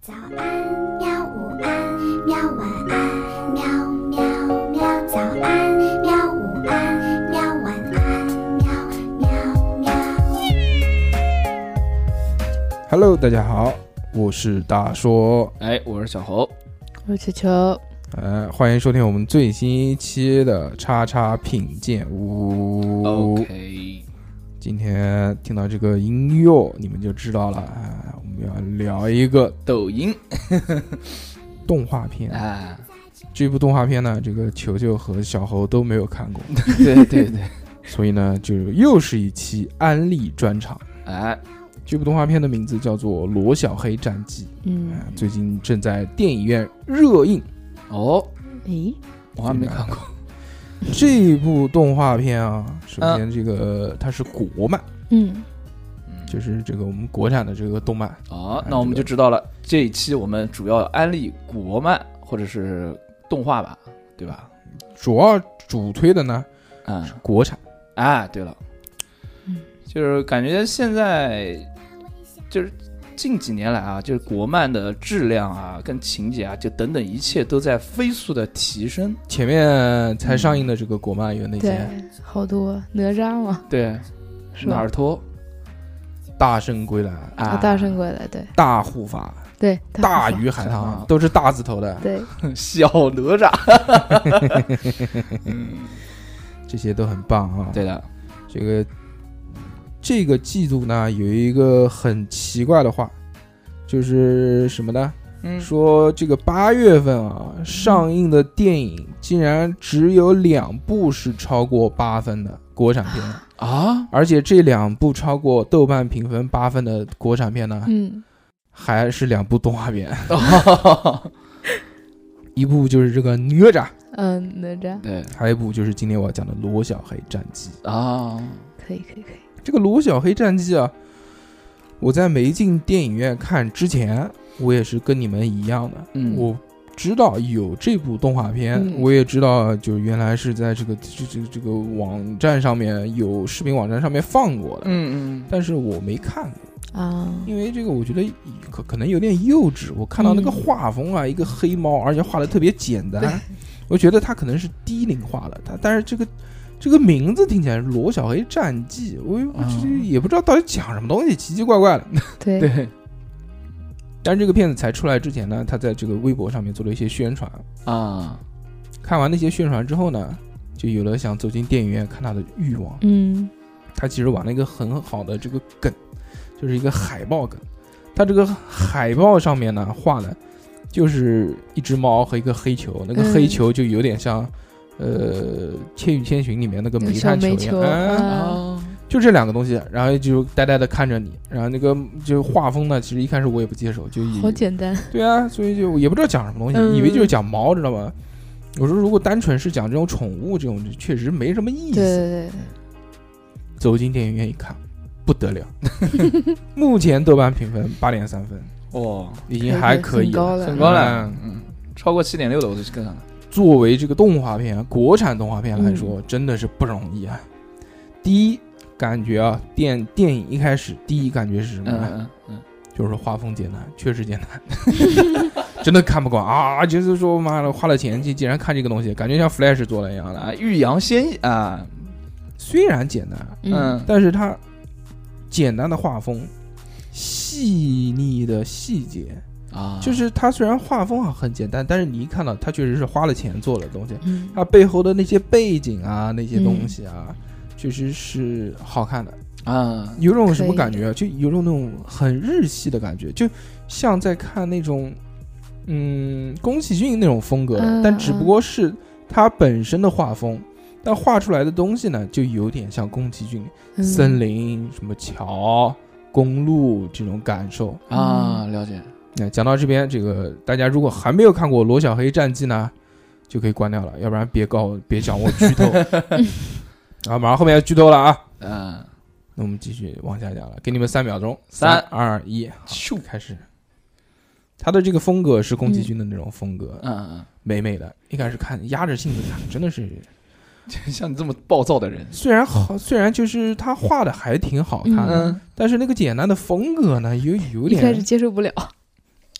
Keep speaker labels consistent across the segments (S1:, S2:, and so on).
S1: 早安，喵！午安，喵！晚安，喵喵喵！早安，喵！午安，喵！晚安，喵喵喵！
S2: Hello，大家好，我是大硕，
S3: 哎，我是小侯，
S4: 我是球，
S2: 呃，欢迎收听我们最新一期的《叉叉品鉴屋》。
S3: OK，
S2: 今天听到这个音乐，你们就知道了，哎、我们要聊一个
S3: 抖音
S2: 动画片。
S3: 啊，
S2: 这部动画片呢，这个球球和小猴都没有看过，
S3: 对对对，
S2: 所以呢，就又是一期安利专场。
S3: 哎，
S2: 这部动画片的名字叫做《罗小黑战记》，
S4: 嗯
S2: 哎，最近正在电影院热映。
S3: 哦，
S2: 嗯
S4: 诶，
S3: 我还没看过，
S2: 这部动画片啊，首先这个它是国漫，
S4: 嗯，
S3: 嗯
S2: 就是这个我们国产的这个动漫，
S3: 哦，那我们就知道了，这一期我们主要安利国漫或者是动画吧，对吧？
S2: 主要主推的呢
S3: 嗯
S2: 是，国产。
S3: 啊，对了
S4: 嗯，
S3: 就是感觉现在就是近几年来啊，就是国漫的质量啊、跟情节啊，就等等一切都在飞速的提升，
S2: 前面才上映的这个国漫有哪些？
S4: 对，好多哪吒嘛，
S3: 对，
S4: 是
S3: 哪
S4: 吧
S3: 儿？托
S2: 大圣归来》《
S3: 啊，
S4: 啊，大圣归来，对
S2: 大护法》
S4: 对，
S2: 《大
S4: 圣
S2: 鱼海
S3: 海
S2: 棠》
S3: 棠
S2: 都是大字头的，
S4: 对，
S3: 小哪吒，
S2: 这些都很棒啊。
S3: 对的，
S2: 这个这个季度呢，有一个很奇怪的话，就是什么呢？
S3: 嗯
S2: 说这个八月份啊上映的电影竟然只有两部是超过八分的国产片，
S3: 啊，
S2: 而且这两部超过豆瓣评分八分的国产片呢，
S4: 嗯，
S2: 还是两部动画片，
S3: 哦，
S2: 一部就是这个哪吒，
S4: 嗯，哪吒
S3: 对
S2: 还有一部就是今天我要讲的《罗小黑战记》。
S3: 啊，
S4: 可以，可以，可以，
S2: 这个《罗小黑战记》啊，我在没进电影院看之前，我也是跟你们一样的，
S3: 嗯
S2: 我知道有这部动画片，
S4: 嗯
S2: 我也知道就原来是在这个这这这个网站上面有视频网站上面放过的，
S3: 嗯嗯，
S2: 但是我没看过，
S4: 啊，
S2: 因为这个我觉得可可能有点幼稚，我看到那个
S4: 嗯
S2: 画风啊，一个黑猫，而且画的特别简单，我觉得它可能是低龄化了，它但是这个。这个名字听起来是《罗小黑战记》，我我
S3: 啊
S2: 这也不知道到底讲什么东西，奇奇怪怪的。
S4: 对，
S3: 对
S2: 但是这个片子才出来之前呢，他在这个微博上面做了一些宣传，
S3: 啊，
S2: 看完那些宣传之后呢，就有了想走进电影院看它的欲望。
S4: 嗯，
S2: 他其实玩了一个很好的这个梗，就是一个海报梗。他这个海报上面呢画的，就是一只猫和一个黑球，那个黑球就有点像，呃，《千与千寻》里面那个煤
S4: 小
S2: 炭球
S4: 煤
S2: 一
S4: 球
S2: 样，哎
S4: 啊，
S2: 就这两个东西，然后就呆呆的看着你，然后那个就画风呢，其实一开始我也不接受，就以
S4: 好简单，
S2: 对啊，所以就也不知道讲什么东西，
S4: 嗯
S2: 以为就是讲猫，知道吗？我说如果单纯是讲这种宠物这种，确实没什么意
S4: 对
S2: 思。
S4: 对对，
S2: 走进电影院一看，不得了， 目前豆瓣评分八点三分，
S3: 哦，
S2: 已经还可以
S4: 很高了
S3: 很高了
S2: 嗯，
S3: 嗯，超过七点六的我就去跟上了，
S2: 作为这个动画片，啊国产动画片来说，
S4: 嗯
S2: 真的是不容易啊。第一感觉啊，电电影一开始第一感觉是什么呢？
S3: 嗯嗯
S2: 就是画风简单，确实简单， 真的看不惯啊！就是说，妈的，花了钱竟竟然看这个东西，感觉像 Flash 做的一样
S3: 嗯，
S2: 的。
S3: 啊，
S2: 哎
S3: 欲扬先抑啊，
S2: 虽然简单，啊
S4: 嗯，
S3: 嗯，
S2: 但是它简单的画风，细腻的细节，
S3: 啊，
S2: 就是它虽然画风很简单，但是你一看到它确实是花了钱做的东西，
S4: 嗯，
S2: 它背后的那些背景啊，那些东西啊，确实是好看的。
S3: 啊，
S2: 有种什么感觉啊？就有种那种很日系的感觉，就像在看那种，嗯，宫崎骏那种风格的，
S4: 嗯
S2: 但只不过是他本身的画风，但画出来的东西呢，就有点像宫崎骏、
S4: 嗯
S2: 森，林、什么桥、公路这种感受。
S4: 嗯
S3: 啊，了解，
S2: 那、讲到这边，这个大家如果还没有看过《罗小黑战记》呢，就可以关掉了，要不然别告 我，别讲我剧透啊！马上后面要剧透了啊！
S3: 嗯，
S2: 那我们继续往下讲了，给你们三秒钟，
S3: 三
S2: 二一，
S3: 咻，
S2: 开始。他的这个风格是宫崎骏的那种风格，
S3: 嗯
S2: 美美的。一开始看压着性子看，真的是，
S3: 嗯， 像你这么暴躁的人，
S2: 虽然好，虽然就是他画的还挺好看的，
S3: 嗯
S2: 但是那个简单的风格呢，有有
S4: 一开
S2: 点
S4: 始接受不了，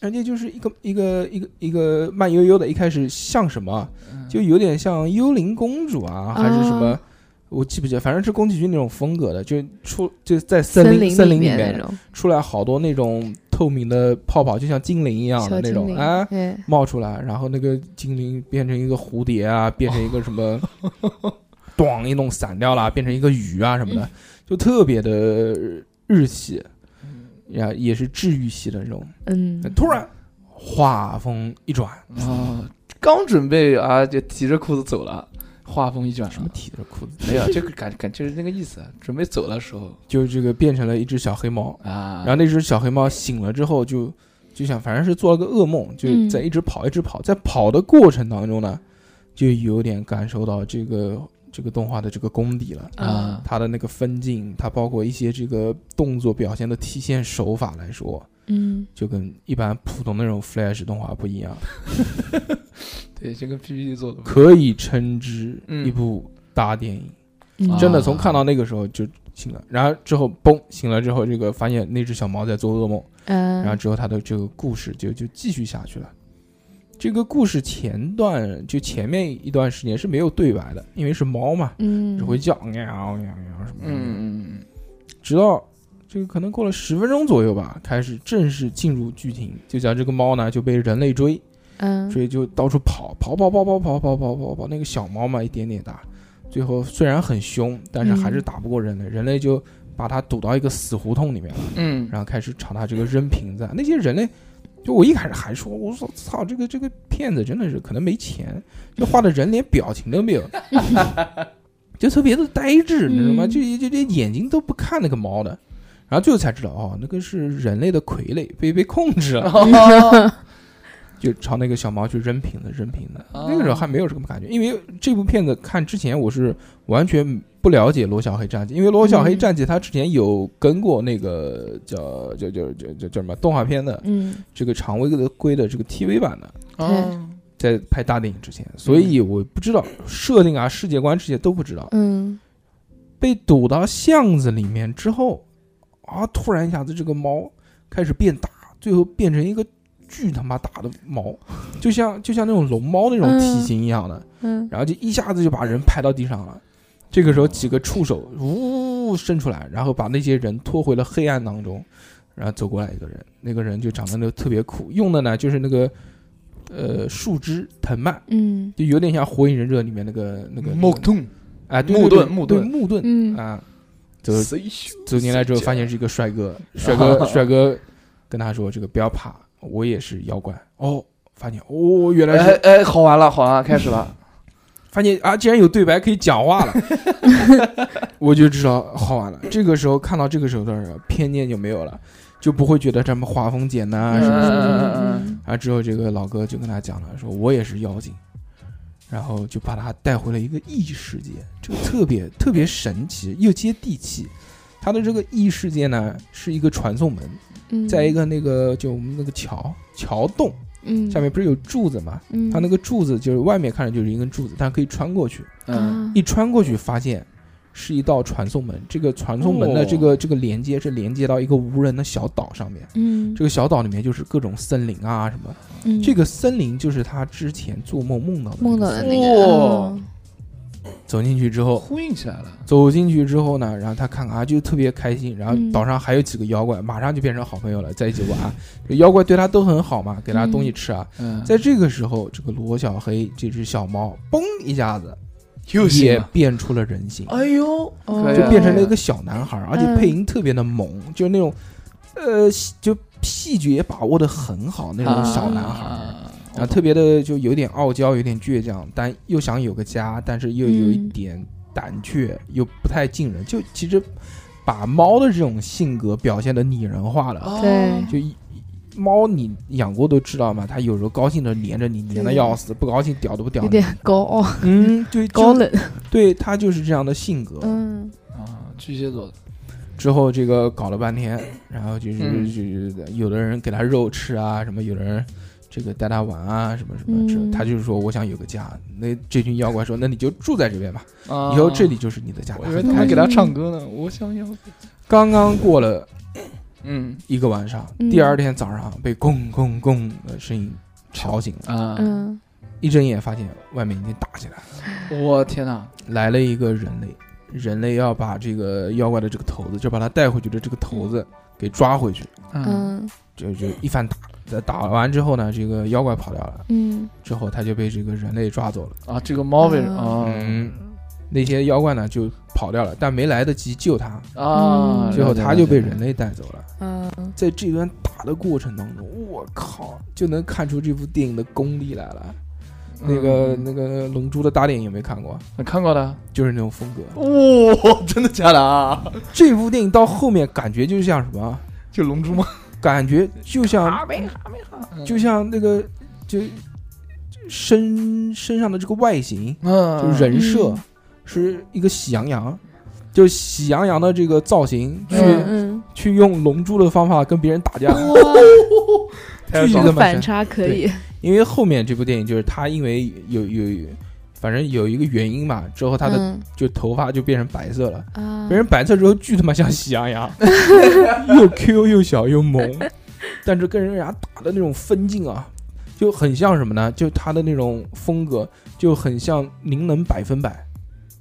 S2: 而且就是一个一个一个一个慢悠悠的，一开始像什么，啊就有点像幽灵公主啊，还是什么
S4: 嗯啊，
S2: 我记不记得，反正是宫崎骏那种风格的，就出就在
S4: 森
S2: 森林森
S4: 里
S2: 林里
S4: 那
S2: 面
S4: 种
S2: 出来好多那种透明的泡泡，就像精灵一样的
S4: 小
S2: 那
S4: 精
S2: 种
S4: 灵
S2: 啊，，
S4: 哎
S2: 冒出来，然后那个精灵变成一个蝴蝶啊，变成一个什 么，咣一弄散掉了，变成一个鱼啊什么
S4: 嗯
S2: 的，就特别的日系，呀，也是治愈系的那种。
S4: 嗯，
S2: 突然画风一转，
S3: 啊，刚准备啊，就提着裤子走了，话锋一转
S2: 什么
S3: 啊，
S2: 提着裤子，
S3: 没有，就感感就是那个意思，啊 准备走的时候
S2: 就这个变成了一只小黑猫。
S3: 啊，
S2: 然后那只小黑猫醒了之后就，就想，反正是做了个噩梦，就
S4: 嗯
S2: 在一直跑，一直跑，在跑的过程当中呢，就有点感受到这个这个动画的这个功底了。
S3: 啊，
S2: 它的那个分镜，它包括一些这个动作表现的体现手法来说，
S4: 嗯，
S2: 就跟一般普通的那种 Flash 动画不一样，
S3: 对，这个 PPT 做的不
S2: 可以称之
S3: 嗯
S2: 一部大电影。
S4: 嗯
S2: 真的从看到那个时候就醒了，然后之后嘣醒了之后，这个发现那只小猫在做噩梦，
S4: 嗯，
S2: 然后之后它的这个故事就就继续下去了。这个故事前段就前面一段时间是没有对白的，因为是猫嘛，
S4: 嗯，
S2: 只会叫喵喵喵什么的。
S3: 嗯嗯
S2: 直到这个可能过了十分钟左右吧，开始正式进入剧情，就讲这个猫呢就被人类追，
S4: 嗯，
S2: 所以就到处跑，跑跑跑跑跑跑跑跑跑，那个小猫嘛一点点大，最后虽然很凶，但是还是打不过人类，人类就把它堵到一个死胡同里面了，
S3: 嗯
S2: 然后开始朝它这个扔瓶子。那些人类，就我一开始还说，我说操，这个这个骗子真的是可能没钱，就画的人连表情都没有。 就特别的呆滞，你知道吗？
S4: 嗯
S2: 就就就眼睛都不看那个猫的，然后最后才知道哦，那个是人类的傀儡，被被控制了。
S3: 嗯，
S2: 就朝那个小猫去扔瓶子，扔瓶子。
S3: 哦
S2: 那个时候还没有什么感觉，因为这部片子看之前我是完全不了解罗小黑战记，因为罗小黑战记他之前有跟过那个叫叫叫叫叫叫什么动画片的
S4: 嗯
S2: 这个常规的规的这个 TV 版的，
S3: 哦
S2: 在拍大电影之前，所以我不知道设定啊、世界观这些都不知道。
S4: 嗯
S2: 被堵到巷子里面之后，啊，突然一下子这个猫开始变大，最后变成一个巨他妈大的猫，就像就像那种龙猫那种体型一样的，
S4: 嗯
S2: 然后就一下子就把人拍到地上了。这个时候，几个触手呜伸出来，然后把那些人拖回了黑暗当中。然后走过来一个人，那个人就长得那个特别酷，用的呢就是那个呃树枝藤蔓，
S4: 嗯
S2: 就有点像《火影忍者》里面那个那个那个
S3: 盾
S2: 哎，对
S3: 木
S2: 对
S3: 盾
S2: 对
S3: 木
S2: 对
S3: 盾
S2: 木盾
S4: 嗯
S2: 啊，走
S3: 谁修
S2: 走进来之后，发现是一个帅哥，
S3: 嗯
S2: 帅 哥，帅哥跟他说：“这个不要怕，我也是妖怪。”哦，发现哦，原来
S3: 哎
S2: 是
S3: 哎，好玩了，好玩了，开始了，
S2: 发现啊，竟然有对白可以讲话 了，我就知道好玩了。这个时候看到这个时候的时候，偏见就没有了，就不会觉得他们画风简单啊什么什么。
S4: 嗯
S2: 啊，之后这个老哥就跟他讲了，说我也是妖精，然后就把他带回了一个异世界，这个特别特别神奇，又接地气。他的这个异世界呢，是一个传送门，
S4: 嗯，
S2: 在一个那个就我们那个桥桥洞
S4: 嗯
S2: 下面不是有柱子吗？
S4: 嗯
S2: 它那个柱子就是外面看着就是一根柱子，但可以穿过去。
S3: 嗯，
S4: 啊
S2: 一穿过去，发现是一道传送门。这个传送门的这
S4: 哦
S2: 个、这个连接是连接到一个无人的小岛上面。
S4: 嗯
S2: 这个小岛里面就是各种森林啊什么，
S4: 嗯
S2: 这个森林就是他之前做梦梦到的
S4: 梦到的
S2: 森
S4: 那
S2: 林。
S4: 个
S3: 哇
S4: 嗯
S2: 走进去之后，
S3: 呼应起来了，
S2: 走进去之后呢，然后他看看啊，就特别开心。然后
S4: 嗯
S2: 岛上还有几个妖怪，马上就变成好朋友了，在一起玩。这妖怪对他都很好嘛，给他东西吃啊。
S3: 嗯，
S2: 在这个时候，这个罗小黑这只小猫，嘣一下子
S3: 又
S2: 也
S3: 写，
S2: 变出了人形，
S3: 哎呦，
S4: 哦
S3: 可以
S2: 就
S3: 啊
S2: 变成了一个小男孩，而且
S4: 嗯
S2: 配音特别的萌，就那种，呃，就细节把握的很好那种小男孩。
S3: 啊
S2: 啊，特别的就有点傲娇，有点倔强，但又想有个家，但是又有一
S4: 嗯
S2: 点胆怯，又不太近人。就其实把猫的这种性格表现的拟人化了，
S3: 哦
S4: 对
S2: 就一猫你养过都知道嘛，它有时候高兴的黏着你，黏的
S4: 对
S2: 要死；不高兴屌都不屌
S4: 有
S2: 你。
S4: 点高傲
S2: 嗯，对，
S4: 高
S2: 就
S4: 冷，
S2: 对，它就是这样的性格。
S4: 嗯
S3: 啊，巨蟹座的，
S2: 之后这个搞了半 天，然后就是、
S3: 嗯
S2: 就是有的人给他肉吃啊，什么有的人这个带他玩啊，什么什么，这、
S4: 嗯
S2: 他就是说我想有个家。那这群妖怪说，那你就住在这边吧，
S3: 以
S2: 以后这里就是你的家。
S3: 哦啊我以为
S2: 很
S3: 他
S2: 开
S3: 们
S2: 心
S3: 给他唱歌呢，我想要
S2: 刚刚过了
S3: 嗯
S2: 一个晚上，
S4: 嗯
S2: 第二天早上被咣咣咣的声音吵醒了，
S3: 啊，
S4: 嗯，
S2: 一睁眼发现外面已经打起来了，
S3: 我天哪，
S2: 来了一个人类，人类要把这个妖怪的这个头子，就把他带回去的这个头子给抓回去，
S3: 嗯
S4: 嗯
S2: 就就一番打。在打完之后呢，这个妖怪跑掉了，
S4: 嗯
S2: 之后他就被这个人类抓走了。
S3: 啊，这个猫被啊
S2: 嗯，那些妖怪呢就跑掉了，但没来得及救他，
S3: 啊，
S2: 最后他就被
S3: 了
S2: 人类带走了。
S4: 嗯，
S2: 在这段打的过程当中，我靠，就能看出这部电影的功力来了。
S3: 解
S2: 那个
S3: 嗯
S2: 那个《龙珠》的打点有没有看过？
S3: 我看 过的，
S2: 就是那种风格。
S3: 哇，真的假的啊？
S2: 这部电影到后面感觉就像什么？
S3: 就龙珠吗？
S2: 感觉就像
S3: 没哈没哈，
S2: 就像那个就身身上的这个外形，就
S3: 嗯
S2: 人设
S4: 嗯
S2: 是一个喜羊羊，就喜羊羊的这个造型去
S4: 嗯
S2: 去用龙珠的方法跟别人打架，
S4: 嗯，哇，
S2: 巨
S4: 这
S2: 他
S4: 个
S2: 妈神
S4: 反！差可以，
S2: 因为后面这部电影就是他因为有有有反正有一个原因嘛，之后他的
S4: 嗯
S2: 就头发就变成白色了，
S4: 啊，
S2: 变成白色之后巨他妈像喜羊 羊，又 Q 又小又萌，但是跟人家打的那种分镜啊，就很像什么呢？就他的那种风格就很像您能百分百，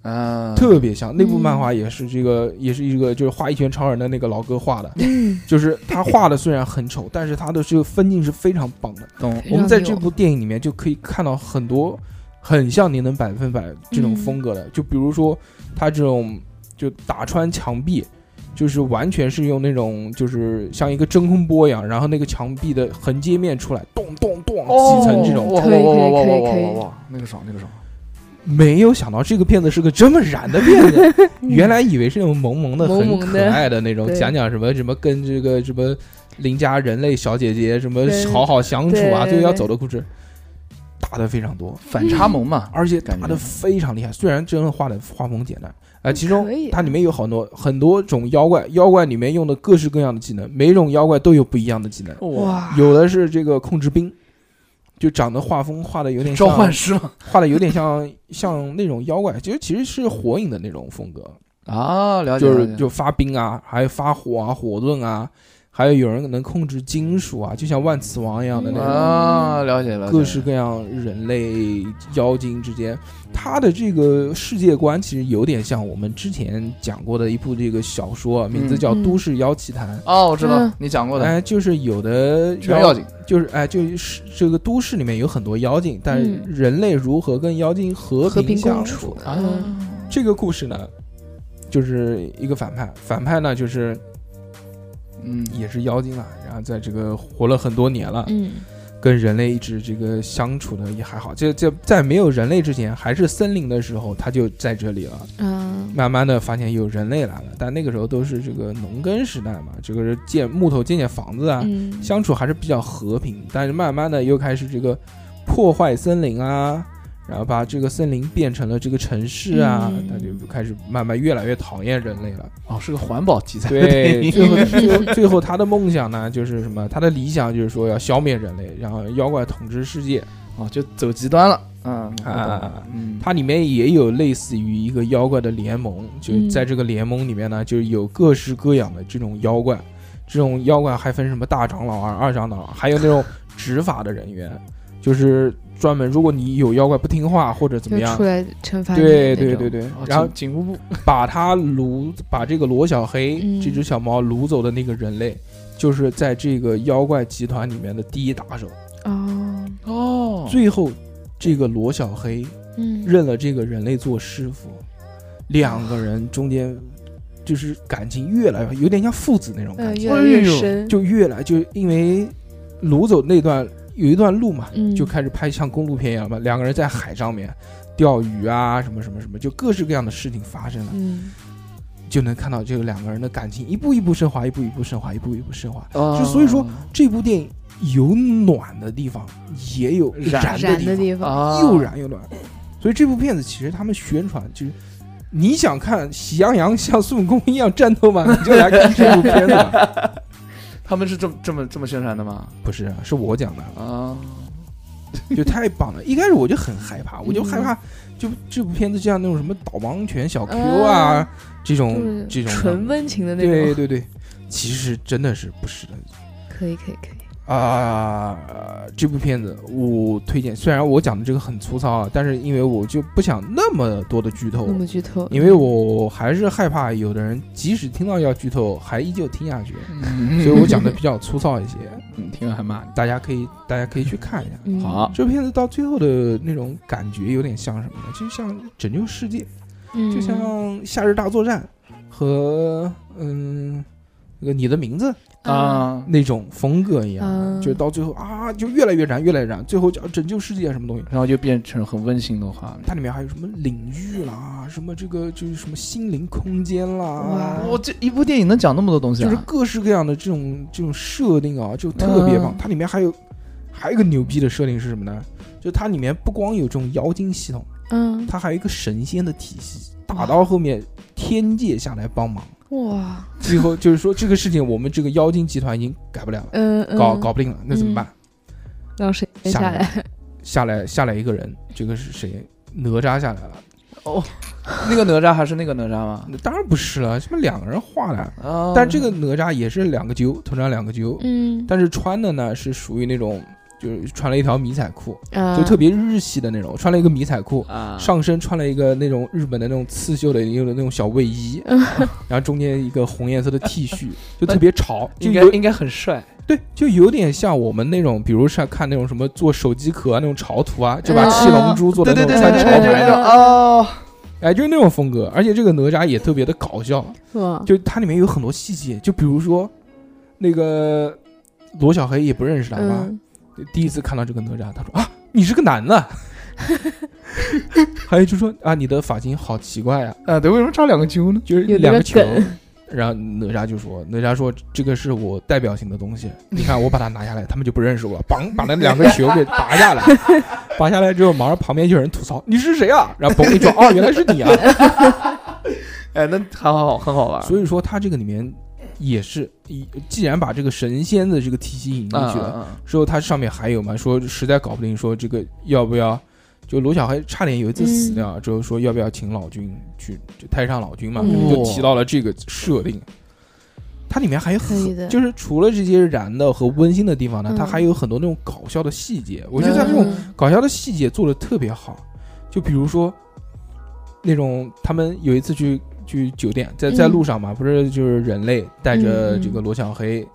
S3: 啊，
S2: 特别像。那部漫画也是这个，也是一个就是画一拳超人的那个老哥画的，
S4: 嗯
S2: 就是他画的虽然很丑，但是他的这个分镜是非常棒的。
S3: 懂
S4: 非常
S2: 我们在
S4: 有
S2: 这部电影里面就可以看到很多很像您能百分百这
S4: 嗯
S2: 种风格的，就比如说他这种就打穿墙壁。就是完全是用那种，就是像一个真空波一样，然后那个墙壁的横截面出来，咚咚咚
S4: 哦
S3: 哦
S2: 几层这种，
S3: 哇哇
S4: 可以
S3: 哇哇
S4: 可
S3: 哇
S4: 以
S3: 哇
S4: 可以
S3: 哇哇，那个爽那个爽，
S2: 没有想到这个片子是个这么燃的片 子，原来以为是那种萌萌的、
S4: 萌
S2: 很
S4: 萌的
S2: 可爱的那种，
S4: 对
S2: 讲讲什么什么跟这个什么邻家人类小姐姐什么
S4: 对
S2: 好好相处啊，
S4: 对对
S2: 最后要
S4: 对嗯
S2: 走的故事，打的非常多，
S3: 反差萌嘛，
S2: 而且
S3: 感
S2: 打
S3: 觉
S2: 的非常厉害。虽然真的画的画风简单，呃，其中
S4: 可以啊
S2: 它里面有很多很多种妖怪，妖怪里面用的各式各样的技能，每种妖怪都有不一样的技能，
S3: 哇，
S4: 哇，
S2: 有的是这个控制兵。就长得画风画的有点
S3: 召
S2: 像
S3: 唤师嘛
S2: 画的有点像 像那种妖怪，其实其实是火影的那种风格，
S3: 啊，了解
S2: 就
S3: 了
S2: 是
S3: 解，
S2: 就发冰啊，还有发火啊、火遁啊，还有有人能控制金属啊，就像万磁王一样的那种，
S3: 啊，嗯了解了解，
S2: 各式各样人类妖精之间，他的这个世界观其实有点像我们之前讲过的一部这个小说，名字叫
S4: 嗯
S2: 《都市妖奇谭》。
S3: 哦，我知道
S4: 嗯
S3: 你讲过的，
S2: 哎，就是有的
S3: 全要紧，
S2: 就是哎，就是这个都市里面有很多妖精，但是
S4: 嗯
S2: 人类如何跟妖精和
S4: 和平
S2: 相
S4: 共
S2: 处
S4: 处？
S3: 啊
S4: 嗯
S2: 这个故事呢，就是一个反派，反派呢就是
S3: 嗯
S2: 也是妖精了，啊然后在这个活了很多年了，
S4: 嗯
S2: 跟人类一直这个相处的也还好。这这在没有人类之前，还是森林的时候，他就在这里了。
S4: 啊
S2: 慢慢的发现有人类来了，但那个时候都是这个农耕时代嘛，这个是建木头建建房子啊，
S4: 嗯，
S2: 相处还是比较和平，但是慢慢的又开始这个破坏森林啊，然后把这个森林变成了这个城市啊，
S4: 嗯
S2: 他就开始慢慢越来越讨厌人类了。
S3: 哦，是个环保题材，
S2: 对，
S3: 嗯
S2: 最后 最后最后他的梦想呢，就是什么？他的理想就是说要消灭人类，然后妖怪统治世界。
S3: 哦，就走极端了，嗯
S2: 啊，
S3: 嗯，
S2: 它里面也有类似于一个妖怪的联盟，就
S4: 嗯
S2: 在这个联盟里面呢，就有各式各样的这种妖怪，这种妖怪还分什么大长老啊、二长老啊，还有那种执法的人员，就是专门如果你有妖怪不听话或者怎
S4: 就
S2: 么样
S4: 出。来惩罚你
S2: 对
S4: 的
S2: 对对
S4: 那种，
S2: 对
S3: 哦，
S2: 然后
S3: 警警务部
S2: 把他掳，把这个罗小黑、
S4: 嗯
S2: 这只小猫掳走的那个人类，就是在这个妖怪集团里面的第一打手。
S4: 哦，
S3: 哦
S2: 最后，这个罗小黑
S4: 嗯，
S2: 认了这个人类做师傅，两个人中间就是感情越来越有点像父子那种
S4: 呃
S2: 感觉，
S4: 越来
S3: 哎
S4: 越
S3: 呦
S4: 深，
S2: 就越来就因为掳走那段有一段路嘛，
S4: 嗯
S2: 就开始拍像公路片一样嘛，两个人在海上面钓鱼啊，什么什么什么，就各式各样的事情发生了。
S4: 嗯
S2: 就能看到这个两个人的感情一步一步升华，一步一步升华，一步一步升华。
S3: 就
S2: 就所以说这部电影有暖的地方，也有
S3: 燃
S2: 燃的
S4: 燃的
S2: 地
S4: 地方，
S3: 啊，
S2: 方，哦又燃又暖。所以这部片子其实他们宣传就是，你想看喜羊羊像孙悟空一样战斗吗？你就来看这部片子吧。
S3: 他们是这么这么这么宣传的吗？
S2: 不是，是我讲的，
S3: 啊，
S2: 就太棒了。一开始我就很害怕，我就害怕，就这部片子就像那种什么导盲犬小 Q 啊
S4: 啊
S2: 这
S4: 就
S2: 种
S4: 是
S2: 这种的
S4: 纯温情的那
S2: 对
S4: 种，
S2: 对对，其实真的是不是的
S4: 可以可以可以，
S2: 啊、这部片子我推荐，虽然我讲的这个很粗糙啊，但是因为我就不想那么多的剧透
S4: 那，么剧透，
S2: 因为我还是害怕有的人即使听到要剧透，还依旧听下去，
S4: 嗯
S2: 所以我讲的比较粗糙一些，
S3: 你听了还骂你。
S2: 大家可以大家可以去看一下。
S4: 嗯
S3: 好，
S2: 这片子到最后的那种感觉有点像什么呢？就像《拯救世界》，就像
S4: 嗯
S2: 《夏日大作战》和嗯那个《你的名字》
S3: 啊，
S2: 那种风格一样的，
S4: 嗯
S2: 就到最后啊，就越来越燃，越来越燃，最后就要拯救世界啊什么东西。
S3: 然后就变成很温馨的画面。
S2: 它里面还有什么领域啦，什么这个就是什么心灵空间啦
S4: 哇，
S3: 我这一部电影能讲那么多东西
S2: 就是
S3: 啊？
S2: 各式各样的这种这种设定啊，就特别棒。
S4: 嗯
S2: 它里面还有还有一个牛逼的设定是什么呢？就它里面不光有这种妖精系统，
S4: 嗯
S2: 它还有一个神仙的体系，打到后面天界下来帮 忙。
S4: 哇，
S2: 最后就是说这个事情，我们这个妖精集团已经改不了了，
S4: 嗯嗯
S2: 搞搞不定了，那怎么办？
S4: 让谁先
S2: 下
S4: 下
S2: 来
S4: 来？
S2: 下来下来一个人，这个是谁？哪吒下来了？
S3: 哦，那个哪吒还是那个哪吒吗？
S2: 那当然不是了，什么两个人画的。
S3: 啊，
S2: 但这个哪吒也是两个揪，头上两个揪，
S4: 嗯，
S2: 但是穿的呢是属于那种，就是穿了一条迷彩裤，
S4: 啊
S2: 就特别日系的那种，穿了一个迷彩裤，
S3: 啊，
S2: 上身穿了一个那种日本的那种刺绣的有的那种小卫 衣，然后中间一个红颜色的 T 恤，就特别潮，就
S3: 应该
S2: 有
S3: 应该很帅，
S2: 对，就有点像我们那种，比如像看那种什么做手机壳啊那种潮图啊，就把
S4: 嗯
S2: 七龙珠做的那种像
S4: 对
S2: 潮
S4: 对对
S2: 牌
S4: 对
S2: 的
S4: 对，
S3: 哦，
S2: 哎，就是那种风格，而且这个哪吒也特别的搞笑，
S4: 是吧？
S2: 就它里面有很多细节，就比如说那个罗小黑也不认识他妈，
S4: 嗯，
S2: 第一次看到这个哪吒，他说啊，你是个男 的， 还有就说啊，你的发型好奇怪啊，
S3: 啊，对，为什么插两个揪呢？
S2: 就是
S4: 有那
S2: 两
S4: 个
S2: 个球。
S4: 梗，
S2: 然后哪吒就说：“哪吒说这个是我代表性的东西，你 看我把它拿下来，他们就不认识我了。梆，把那两个球给拔下 来，拔下来之后，马上旁边就有人吐槽：你是谁啊？然后嘣一撞， 哦，原来是你啊！
S3: 哎，那很好，很好玩。
S2: 所以说，它这个里面也是，一既然把这个神仙的这个体系引进去
S3: 啊
S2: 了，
S3: 啊啊
S2: 之后它上面还有嘛，说实在搞不定，说这个要不要？就罗小黑差点有一次死
S4: 嗯
S2: 掉，之后说要不要请老君去就太上老君嘛，
S4: 嗯
S2: 就提到了这个设定。它里面还有
S4: 可以
S2: 很
S4: 的
S2: 就是除了这些燃的和温馨的地方呢，
S4: 嗯
S2: 它还有很多那种搞笑的细节。我觉得它这种
S4: 嗯
S2: 搞笑的细节做的特别好，就比如说那种他们有一次去去酒店，在在
S4: 嗯
S2: 路上嘛，不是就是人类带着
S4: 嗯嗯
S2: 这个罗小黑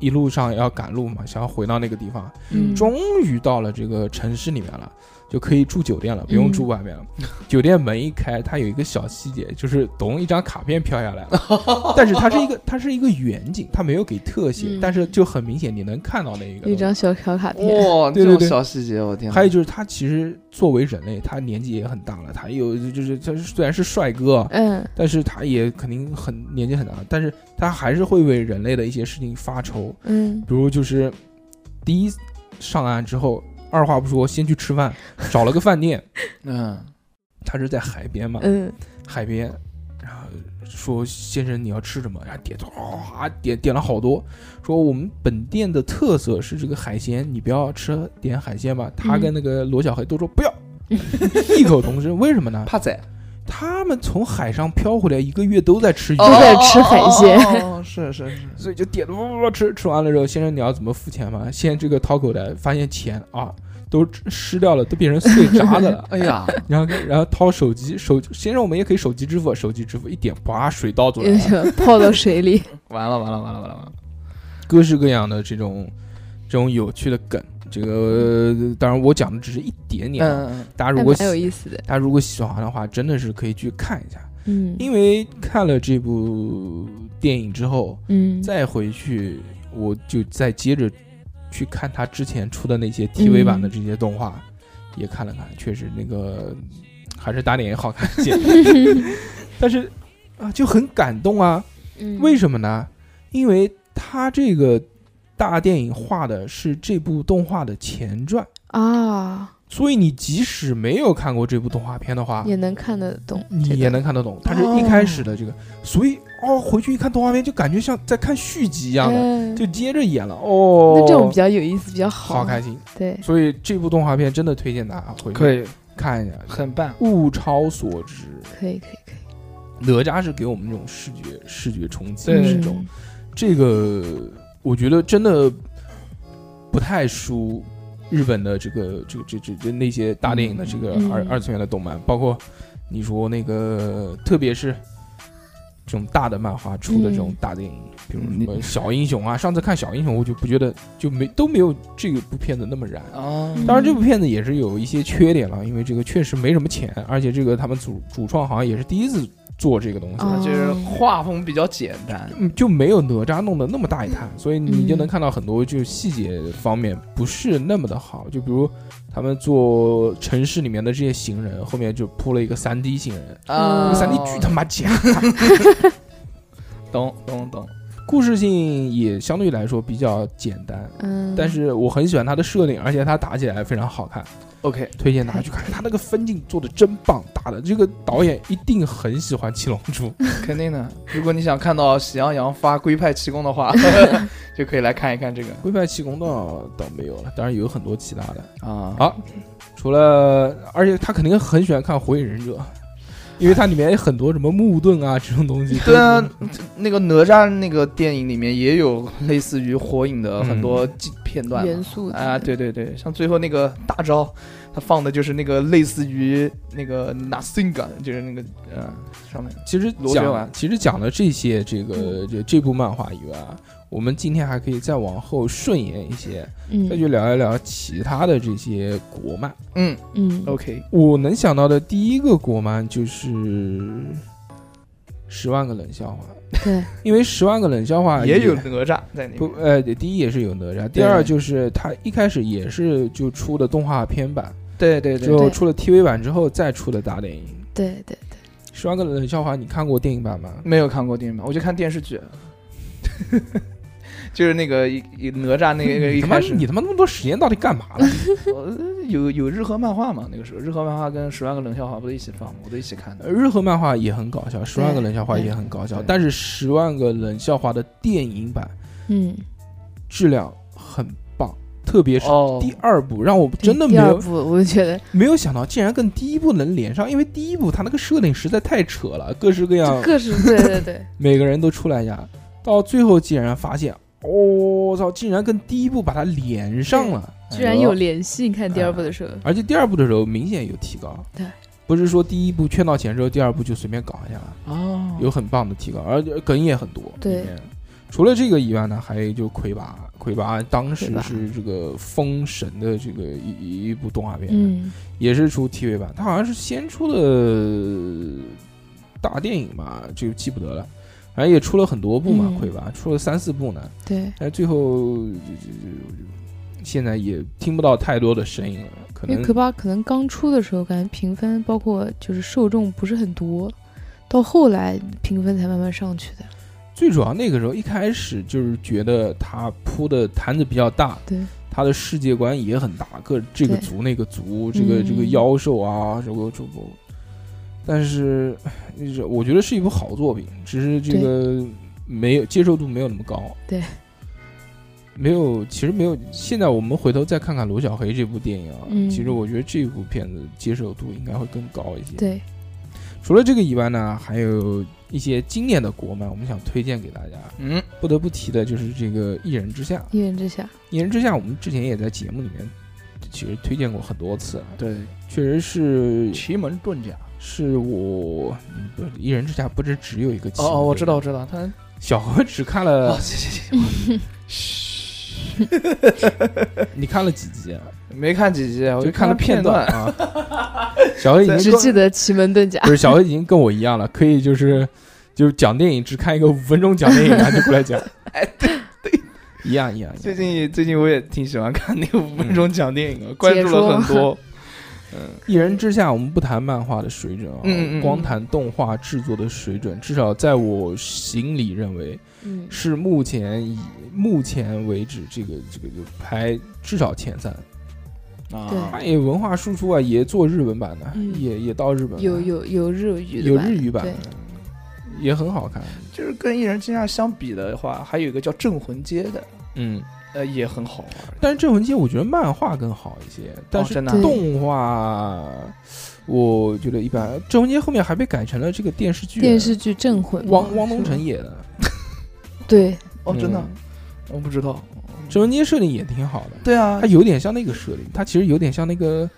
S2: 一路上要赶路嘛，想要回到那个地方，
S4: 嗯
S2: 终于到了这个城市里面了。就可以住酒店了，不用
S4: 嗯
S2: 住外面了。酒店门一开，它有一个小细节，就是咚，一张卡片飘下来了， 但是它是一个它是一个远景，它没有给特写，
S4: 嗯
S2: 但是就很明显你能看到那一个东
S4: 一
S2: 西。
S4: 张小小卡片，
S3: 哇，
S2: 对
S3: 这
S2: 对对
S3: 种小细节，我天哪！
S2: 还有就是他其实作为人类，他年纪也很大了，他有就是他虽然是帅哥，
S4: 嗯
S2: 但是他也肯定很年纪很大，但是他还是会为人类的一些事情发愁，
S4: 嗯，
S2: 比如就是第一上岸之后，二话不说先去吃饭，找了个饭店，
S3: 嗯，
S2: 他是在海边嘛，
S4: 嗯
S2: 海边，然后说先生你要吃什么？然后点头啊点点了好多，说我们本店的特色是这个海鲜，你不要吃点海鲜吧。他跟那个罗小黑都说不要， 异口同声，为什么呢？
S3: 怕宰，
S2: 他们从海上漂回来一个月都在吃鱼，
S4: 都在吃海鲜
S3: 哦，哦哦哦是是是，
S2: 所以就点了吃吃完了之后，先生你要怎么付钱嘛？先这个掏口袋，发现钱啊都湿掉了，都变成碎渣子 了。
S3: 哎呀，
S2: 然后然后掏手机手，先生我们也可以手机支付，手机支付一点，哇，水倒出来
S4: 有
S2: 了。
S4: 点泡到水里，
S3: 完了完了完了完了完了，
S2: 各式各样的这种这种有趣的梗。这个呃当然我讲的只是一点点啊，
S3: 嗯嗯
S2: 大家 如
S4: 还
S2: 果
S4: 蛮
S2: 喜
S4: 有意思的，
S2: 大家如果喜欢的话，真的是可以去看一下。
S4: 嗯
S2: 因为看了这部电影之后，
S4: 嗯，
S2: 再回去我就再接着去看他之前出的那
S4: 嗯
S2: 些 TV 版的这些动画，也看了看，确实那个还是打脸好看一 些， 但是啊就很感动啊。
S4: 嗯
S2: 为什么呢？因为它这个大电影画的是这部动画的前传，
S4: 么啊
S2: 所以你即使没有看过这部动画片的话，
S4: 也能看得懂这
S2: 啊你
S4: 个，
S2: 也能看得懂。它是一开始的这个，所以哦，回去一看动画片就感觉像在看续集一样的，
S4: 嗯
S2: 就接着演了哦。
S4: 那这种比较有意思，比较好，
S2: 好开心，
S4: 对，
S2: 所以这部动画片真的推荐大家回去
S3: 可以，
S2: 看一下，
S3: 很棒。
S2: 物超所值。
S4: 可以可以可以，
S2: 哪吒是给我们这种视觉视觉冲击，
S3: 对
S2: 是这
S4: 嗯
S2: 种这个我觉得真的不太输日本的这个这这这这那些大电影的这个
S4: 嗯
S2: 二、二次元的动漫，包括你说那个，特别是这种大的漫画出的这种
S4: 嗯
S2: 大电影，比如
S3: 嗯
S2: 什么小英雄啊，上次看小英雄我就不觉得就没都没有这个部片子那么燃。
S3: 哦
S2: 当然，这部片子也是有一些缺点了，因为这个确实没什么钱，而且这个他们主主创好像也是第一次做这个东西，
S4: 哦
S3: 就是画风比较简单，
S2: 嗯就没有哪吒弄得那么大一摊，所以你就能看到很多就细节方面不是那么的好，就比如他们做城市里面的这些行人，后面就铺了一个三 D 行人，
S4: 嗯
S3: 哦
S2: 三 D 巨他妈假，
S3: 懂懂懂，
S2: 故事性也相对来说比较简单，
S4: 嗯，
S2: 但是我很喜欢它的设定，而且它打起来非常好看。
S3: OK，
S2: 推荐大家去看，他那个分镜做的真棒，打的这个导演一定很喜欢《七龙珠》。
S3: 肯定的。如果你想看到啊喜羊羊发龟派气功的 话，就可以来看一看这个
S2: 龟派气功倒倒没有了，当然有很多其他的，
S3: 啊
S2: 好除了而且他肯定很喜欢看《火影忍者》，因为它里面有很多什么木盾啊这种东西。
S3: 对啊，那个哪吒那个电影里面也有类似于火影的很多镜片段嘛
S4: 元素
S3: 啊，对对对，像最后那个大招，他放的就是那个类似于那个 nothing 感，就是那个呃上面
S2: 其实
S3: 螺旋丸
S2: 讲其实讲了这些这个这这部漫画以外啊，我们今天还可以再往后顺延一些，
S4: 嗯
S2: 再去聊一聊其他的这些国漫。
S3: 嗯
S4: 嗯
S2: 哦
S3: ，OK，
S2: 我能想到的第一个国漫就是《十万个冷笑话》，
S4: 对，
S2: 因为《十万个冷笑话》
S3: 啊也有哪吒在里
S2: 不
S3: 面。
S2: 呃，第一也是有哪吒，第
S3: 对
S2: 二就是它一开始也是就出的动画片版，
S3: 对对
S2: 之
S3: 对，
S2: 后
S4: 对
S2: 出了 TV 版之后再出的大电影。
S4: 对
S2: 《
S4: 对对，
S2: 十万个冷笑话》，你看过电影版吗？
S3: 没有看过电影版，我就看电视剧。 就是那个一一哪吒那个一
S2: 你他妈
S3: 开始
S2: 你他妈那么多时间到底干嘛 了？
S3: 呃有有日和漫画嘛？那个时候日和漫画跟《十万个冷笑话》不是一起放吗？我都一起看的。
S2: 呃日和漫画也很搞笑，《十万个冷笑话》
S4: 对
S2: 也很搞笑
S3: 对，
S2: 但是《十万个冷笑话》的电影版
S4: 嗯，
S2: 质量很棒，特别是
S3: 哦，
S2: 第二部，让我真的
S4: 第
S2: 没
S4: 二
S2: 有
S4: 部我就觉得
S2: 没有想到，竟然跟第一部能连上，因为第一部它那个设定实在太扯了，各式各样
S4: 就，各式对 对对，
S2: 每个人都出来一下，到最后竟然发现，哦我、操，竟然跟第一部把它连上了，哎
S4: 居然有联系。你看第二部的时候，
S2: 而且第二部的时候明显有提高，
S4: 对，
S2: 不是说第一部圈到钱之后，第二部就随便搞一下了，
S3: 哦，
S2: 有很棒的提高，而且梗也很多，
S4: 对
S2: 里面。除了这个以外呢，还有就魁拔，魁拔当时
S4: 魁拔
S2: 是这个《封神》的这个一一一部动画片，
S4: 嗯
S2: 也是出 TV 版，它好像是先出的大电影吧，就记不得了。反正也出了很多部嘛，
S4: 嗯
S2: 魁拔出了三四部呢，
S4: 对，
S2: 但最后就就就现在也听不到太多的声音了，可
S4: 因
S2: 能
S4: 为可巴可能刚出的时候，感觉评分包括就是受众不是很多，到后来评分才慢慢上去的。
S2: 最主要那个时候一开始就是觉得他铺的坛子比较大，
S4: 对，
S2: 他的世界观也很大，各这个
S4: 对
S2: 族那个族，这个
S4: 嗯
S2: 这个妖兽啊，这个这个，但是唉就是我觉得是一部好作品，只是这个没有接受度没有那么高。
S4: 对，
S2: 没有，其实没有。现在我们回头再看看罗小黑这部电影啊，
S4: 嗯
S2: 其实我觉得这部片子接受度应该会更高一些。
S4: 对，
S2: 除了这个以外呢，还有一些经典的国漫，我们想推荐给大家。
S3: 嗯，
S2: 不得不提的就是这个《一人之下》，《
S4: 一人之下，
S2: 一人之下》我们之前也在节目里面其实推荐过很多次啊，
S3: 对，
S2: 确实是
S3: 奇门遁甲。
S2: 是我嗯不是《一人之下》不是只有一个
S3: 哦
S2: 期
S3: 哦，我
S2: 对
S3: 知道，我知道，他
S2: 小何只看
S3: 哦，
S2: 了，
S3: 谢谢谢。哦
S2: 你看了几集啊？
S3: 没看几集，我
S2: 就
S3: 哦看
S2: 了
S3: 了片
S2: 段。啊。小何已经
S4: 只
S2: 跟
S4: 记得奇门遁甲
S2: 不。是小何已经跟我一样了，可以就是就讲电影只看一个五分钟讲电影，然后就过来讲，
S3: 哎，
S2: 一样一样。一样
S3: 最近最近我也挺喜欢看那个五分钟讲电影的，关注了很 多。
S2: 一人之下，我们不谈漫画的水准啊，
S3: 嗯嗯嗯
S2: 光谈动画制作的水准，至少在我心里认为
S4: 嗯，
S2: 是目前以目前为止这个这个就排至少前三。
S4: 对
S2: 它也文化输出啊，也做日文版的，
S4: 嗯
S2: 也也到日本了
S4: 有有有日语的
S2: 有
S4: 版
S2: 日语版
S4: 对
S2: 的，也很好看。
S3: 就是跟《一人之下》相比的话，还有一个叫《镇魂街》的，
S2: 嗯，
S3: 呃，也很好玩。
S2: 但是《镇魂街》我觉得漫画更好一些，但是
S3: 哦真的啊
S4: 对
S2: 动画我觉得一般。《镇魂街》后面还被改成了这个电视剧，
S4: 电视剧《镇魂》嘛，
S2: 汪汪
S4: 是
S2: 东
S4: 吧
S2: 城演的。
S4: 对
S3: 哦，真的
S2: 嗯，
S3: 我不知道。
S2: 折文街设定也挺好的，
S3: 对啊
S2: 它，有点像那个设定，它其实有点像那个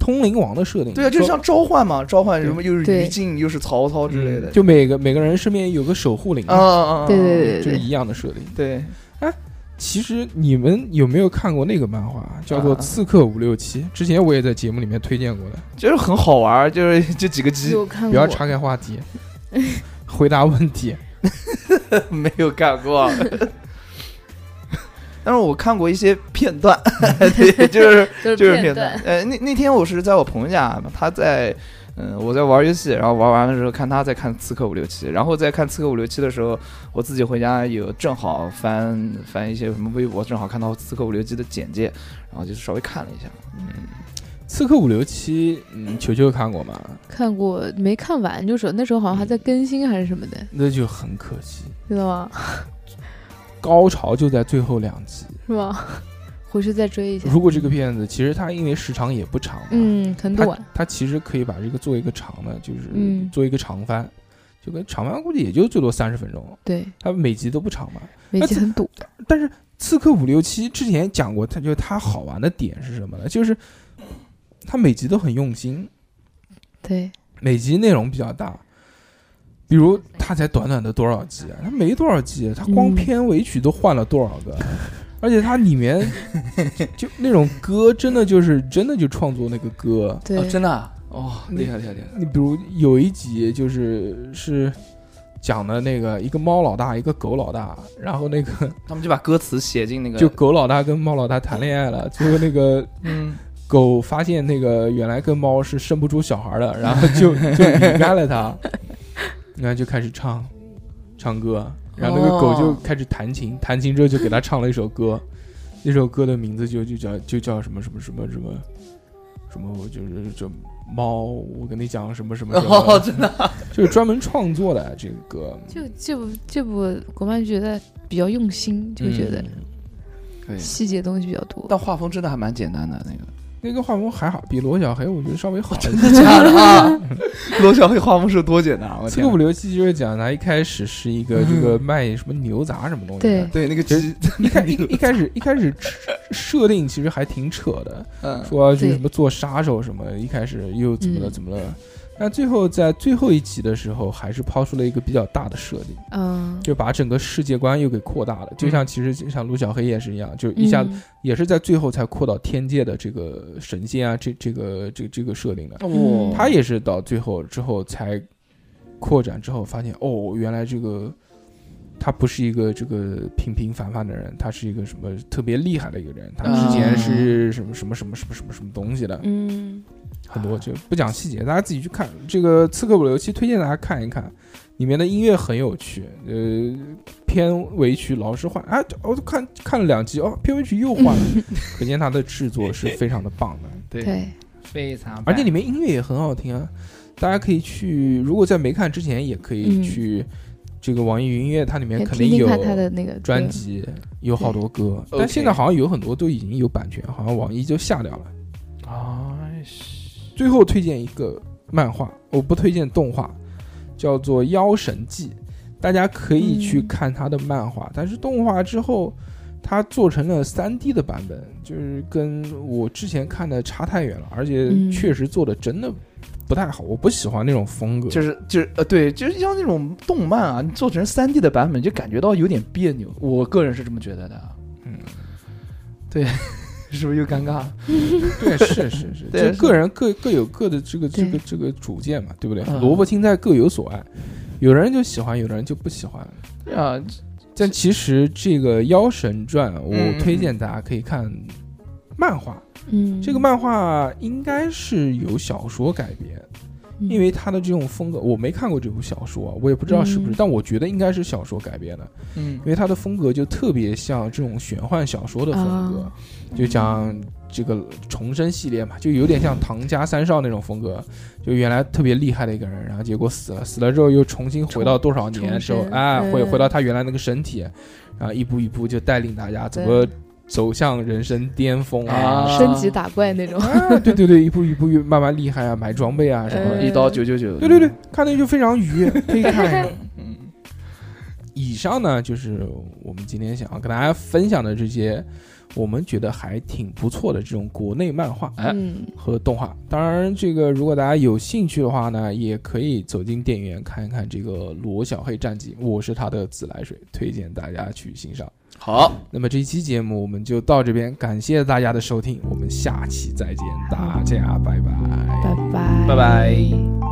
S2: 通灵王的设定。
S3: 对啊，就是像召唤嘛，召唤什么又是
S4: 对
S3: 于禁又是曹
S2: 说
S3: 操之类的
S2: 嗯，就每个每个人身边有个守护灵
S3: 啊，啊啊，
S4: 对对对
S2: 就是一样的设定。
S3: 对，
S2: 其实你们有没有看过那个漫画，叫做
S3: 啊
S2: 《刺客伍六七》？之前我也在节目里面推荐过的。
S3: 就是很好玩儿，就是 这几个鸡
S4: 有看
S2: 不
S4: 过
S2: 要，岔开话题，回答问题。
S3: 没有干 过。但是我看过一些片段， 对，就是
S4: 就
S3: 就是
S4: 片
S3: 片段。。呃，那那天我是在我朋友家，他在，嗯、我在玩游戏，然后玩完了之后看他在看《刺客伍六七》，然后在看《刺客伍六七》的时候，我自己回家有正好翻翻一些什么微博，正好看到《刺客伍六七》的简介，然后就稍微看了一下。
S2: 《刺客伍六七》，嗯，球球看过吗？
S4: 看过没看完，就是那时候好像还在更新还是什么的，
S2: 那就很可惜，
S4: 知道吗？
S2: 高潮就在最后两集。
S4: 是吗？ 回去再追一下。
S2: 如果这个片子其实它因为时长也不长嘛，
S4: 嗯，很
S2: 它
S4: 短，
S2: 它其实可以把这个做一个长的，就是
S4: 嗯
S2: 做一个长番，就跟长番估计也就最多三十分钟，
S4: 对，
S2: 它每集都不长嘛。
S4: 每集很短。
S2: 但是《刺客伍六七》之前讲过，它就它好玩的点是什么呢？就是它每集都很用心，
S4: 对，
S2: 每集内容比较大。比如它才短短的多少集啊？它没多少集，它光
S4: 嗯
S2: 片尾曲都换了多少个？而且它里面就那种歌，真的就是真的就创作那个歌。
S4: 对，
S3: 哦，真的、啊、哦，厉害厉害厉害！
S2: 你比如有一集就是是讲的那个一个猫老大，一个狗老大，然后那 个
S3: 他们就把歌词写进那个，
S2: 就狗老大跟猫老大谈恋爱了，最后那个
S3: 嗯，
S2: 狗发现那个原来跟猫是生不出小孩的，然后就就离开了 它，然后就开始唱唱歌，然后那个狗就
S3: 哦
S2: 开始弹琴，弹琴之后就给它唱了一首歌，那首歌的名字就就叫就叫什么什么什么什么什么，我就是这猫，我跟你讲什么什么什
S3: 哦，
S2: 么，
S3: 真的啊、
S2: 就是专门创作的这个歌，
S4: 就这部这部国漫觉得比较用心，就觉得
S2: 嗯
S3: 可以。
S4: 细节东西比较多。
S3: 但画风真的还蛮简单的，那 个
S2: 那个画风还好，比罗小黑我觉得稍微好一 点。
S3: 假的啊！罗小黑画风是多简单啊！我
S2: 这
S3: 天
S2: 个
S3: 哪
S2: 五六七就是讲他一开始是一
S4: 嗯
S2: 个这个卖什么牛杂什么东西的，
S3: 对那个鸡，
S2: 一开一一开始一开始设定其实还挺扯的，
S3: 嗯，
S2: 说就是
S4: 对
S2: 什么做杀手什么，一开始又怎么了
S4: 嗯
S2: 怎么了，但最后在最后一集的时候还是抛出了一个比较大的设定，
S4: 嗯，
S2: 就把整个世界观又给扩大了，就像其实就像卢小黑也是一样，就一下子
S4: 嗯
S2: 也是在最后才扩到天界的这个神仙啊，这这个这这个设定的，
S4: 嗯
S3: 哦
S2: 他也是到最后之后才扩展之后发现，哦，原来这个他不是一个这个平平凡凡的人，他是一个什么特别厉害的一个人，他之前是什么什么什么什么什么什么东西的，
S4: 嗯，
S2: 很多就不讲细节，大家自己去看这个《刺客伍六七》，推荐大家看一看。里面的音乐很有趣，呃，片尾曲老是换，啊，我、哦、看看了两集，哦，片尾曲又换了，可见它的制作是非常的棒的。
S4: 对，
S3: 非常
S2: 而且里面音乐也很好听啊，大家可以去，如果在没看之前，也可以
S4: 嗯
S2: 去这个网易云音乐，它里面
S4: 也
S2: 肯
S4: 听
S2: 定有
S4: 听看他的那个
S2: 专
S4: 歌，
S2: 辑，有好多歌，
S3: 对
S2: 但
S3: OK
S2: 现在好像有很多都已经有版权，好像网易就下掉了。
S3: 哎，
S2: 最后推荐一个漫画，我不推荐动画，叫做《妖神记》，大家可以去
S4: 嗯
S2: 看它的漫画，但是动画之后。它做成了 3D 的版本，就是跟我之前看的差太远了，而且
S4: 嗯
S2: 确实做的真的不太好，我不喜欢那种风格。
S3: 就是就是呃，对，就是像那种动漫啊，你做成三 D 的版本，就感觉到有点别扭。我个人是这么觉得的啊。
S2: 嗯，
S3: 对，是不是又尴尬？
S2: 对，是是是，
S3: 对
S2: 这个人各各有各的这个这
S4: 对
S2: 个这个主见嘛，对不对？
S3: 嗯
S2: 萝卜青菜各有所爱，有人就喜欢，有人就不喜欢。
S3: 啊，
S2: 但其实这个《妖神传》，啊
S3: 嗯
S2: 我推荐大家可以看漫画。
S4: 嗯，
S2: 这个漫画应该是由小说改编，
S4: 嗯，
S2: 因为它的这种风格，我没看过这部小说啊，我也不知道是不是，
S4: 嗯
S2: 但我觉得应该是小说改编的，
S3: 嗯
S2: 因为它的风格就特别像这种玄幻小说的风格。
S4: 啊
S2: 就讲这个重生系列嘛，就有点像唐家三少那种风格，就原来特别厉害的一个人，然后结果死了，死了之后又重新回到多少年之后，
S4: 重生
S2: 哎，
S4: 嗯
S2: 回回到他原来那个身体，然后一步一步就带领大家怎么走向人生巅峰啊。
S3: 啊，
S4: 升级打怪那种，
S2: 啊， 对对对，一步一步越慢慢厉害啊，买装备啊什么
S4: 嗯
S2: 的，
S3: 一刀九九九。
S2: 对对对，看的就非常愉悦，可以看一看。
S3: 嗯，
S2: 以上呢，就是我们今天想要跟大家分享的这些，我们觉得还挺不错的这种国内漫画
S3: 哎
S4: 嗯，
S2: 和动画。当然，这个如果大家有兴趣的话呢，也可以走进电影院看一看这个罗小黑战记，我是他的自来水，推荐大家去欣赏。
S3: 好，
S2: 那么这一期节目我们就到这边，感谢大家的收听，我们下期再见，大家拜拜
S4: 拜拜，
S3: 拜拜。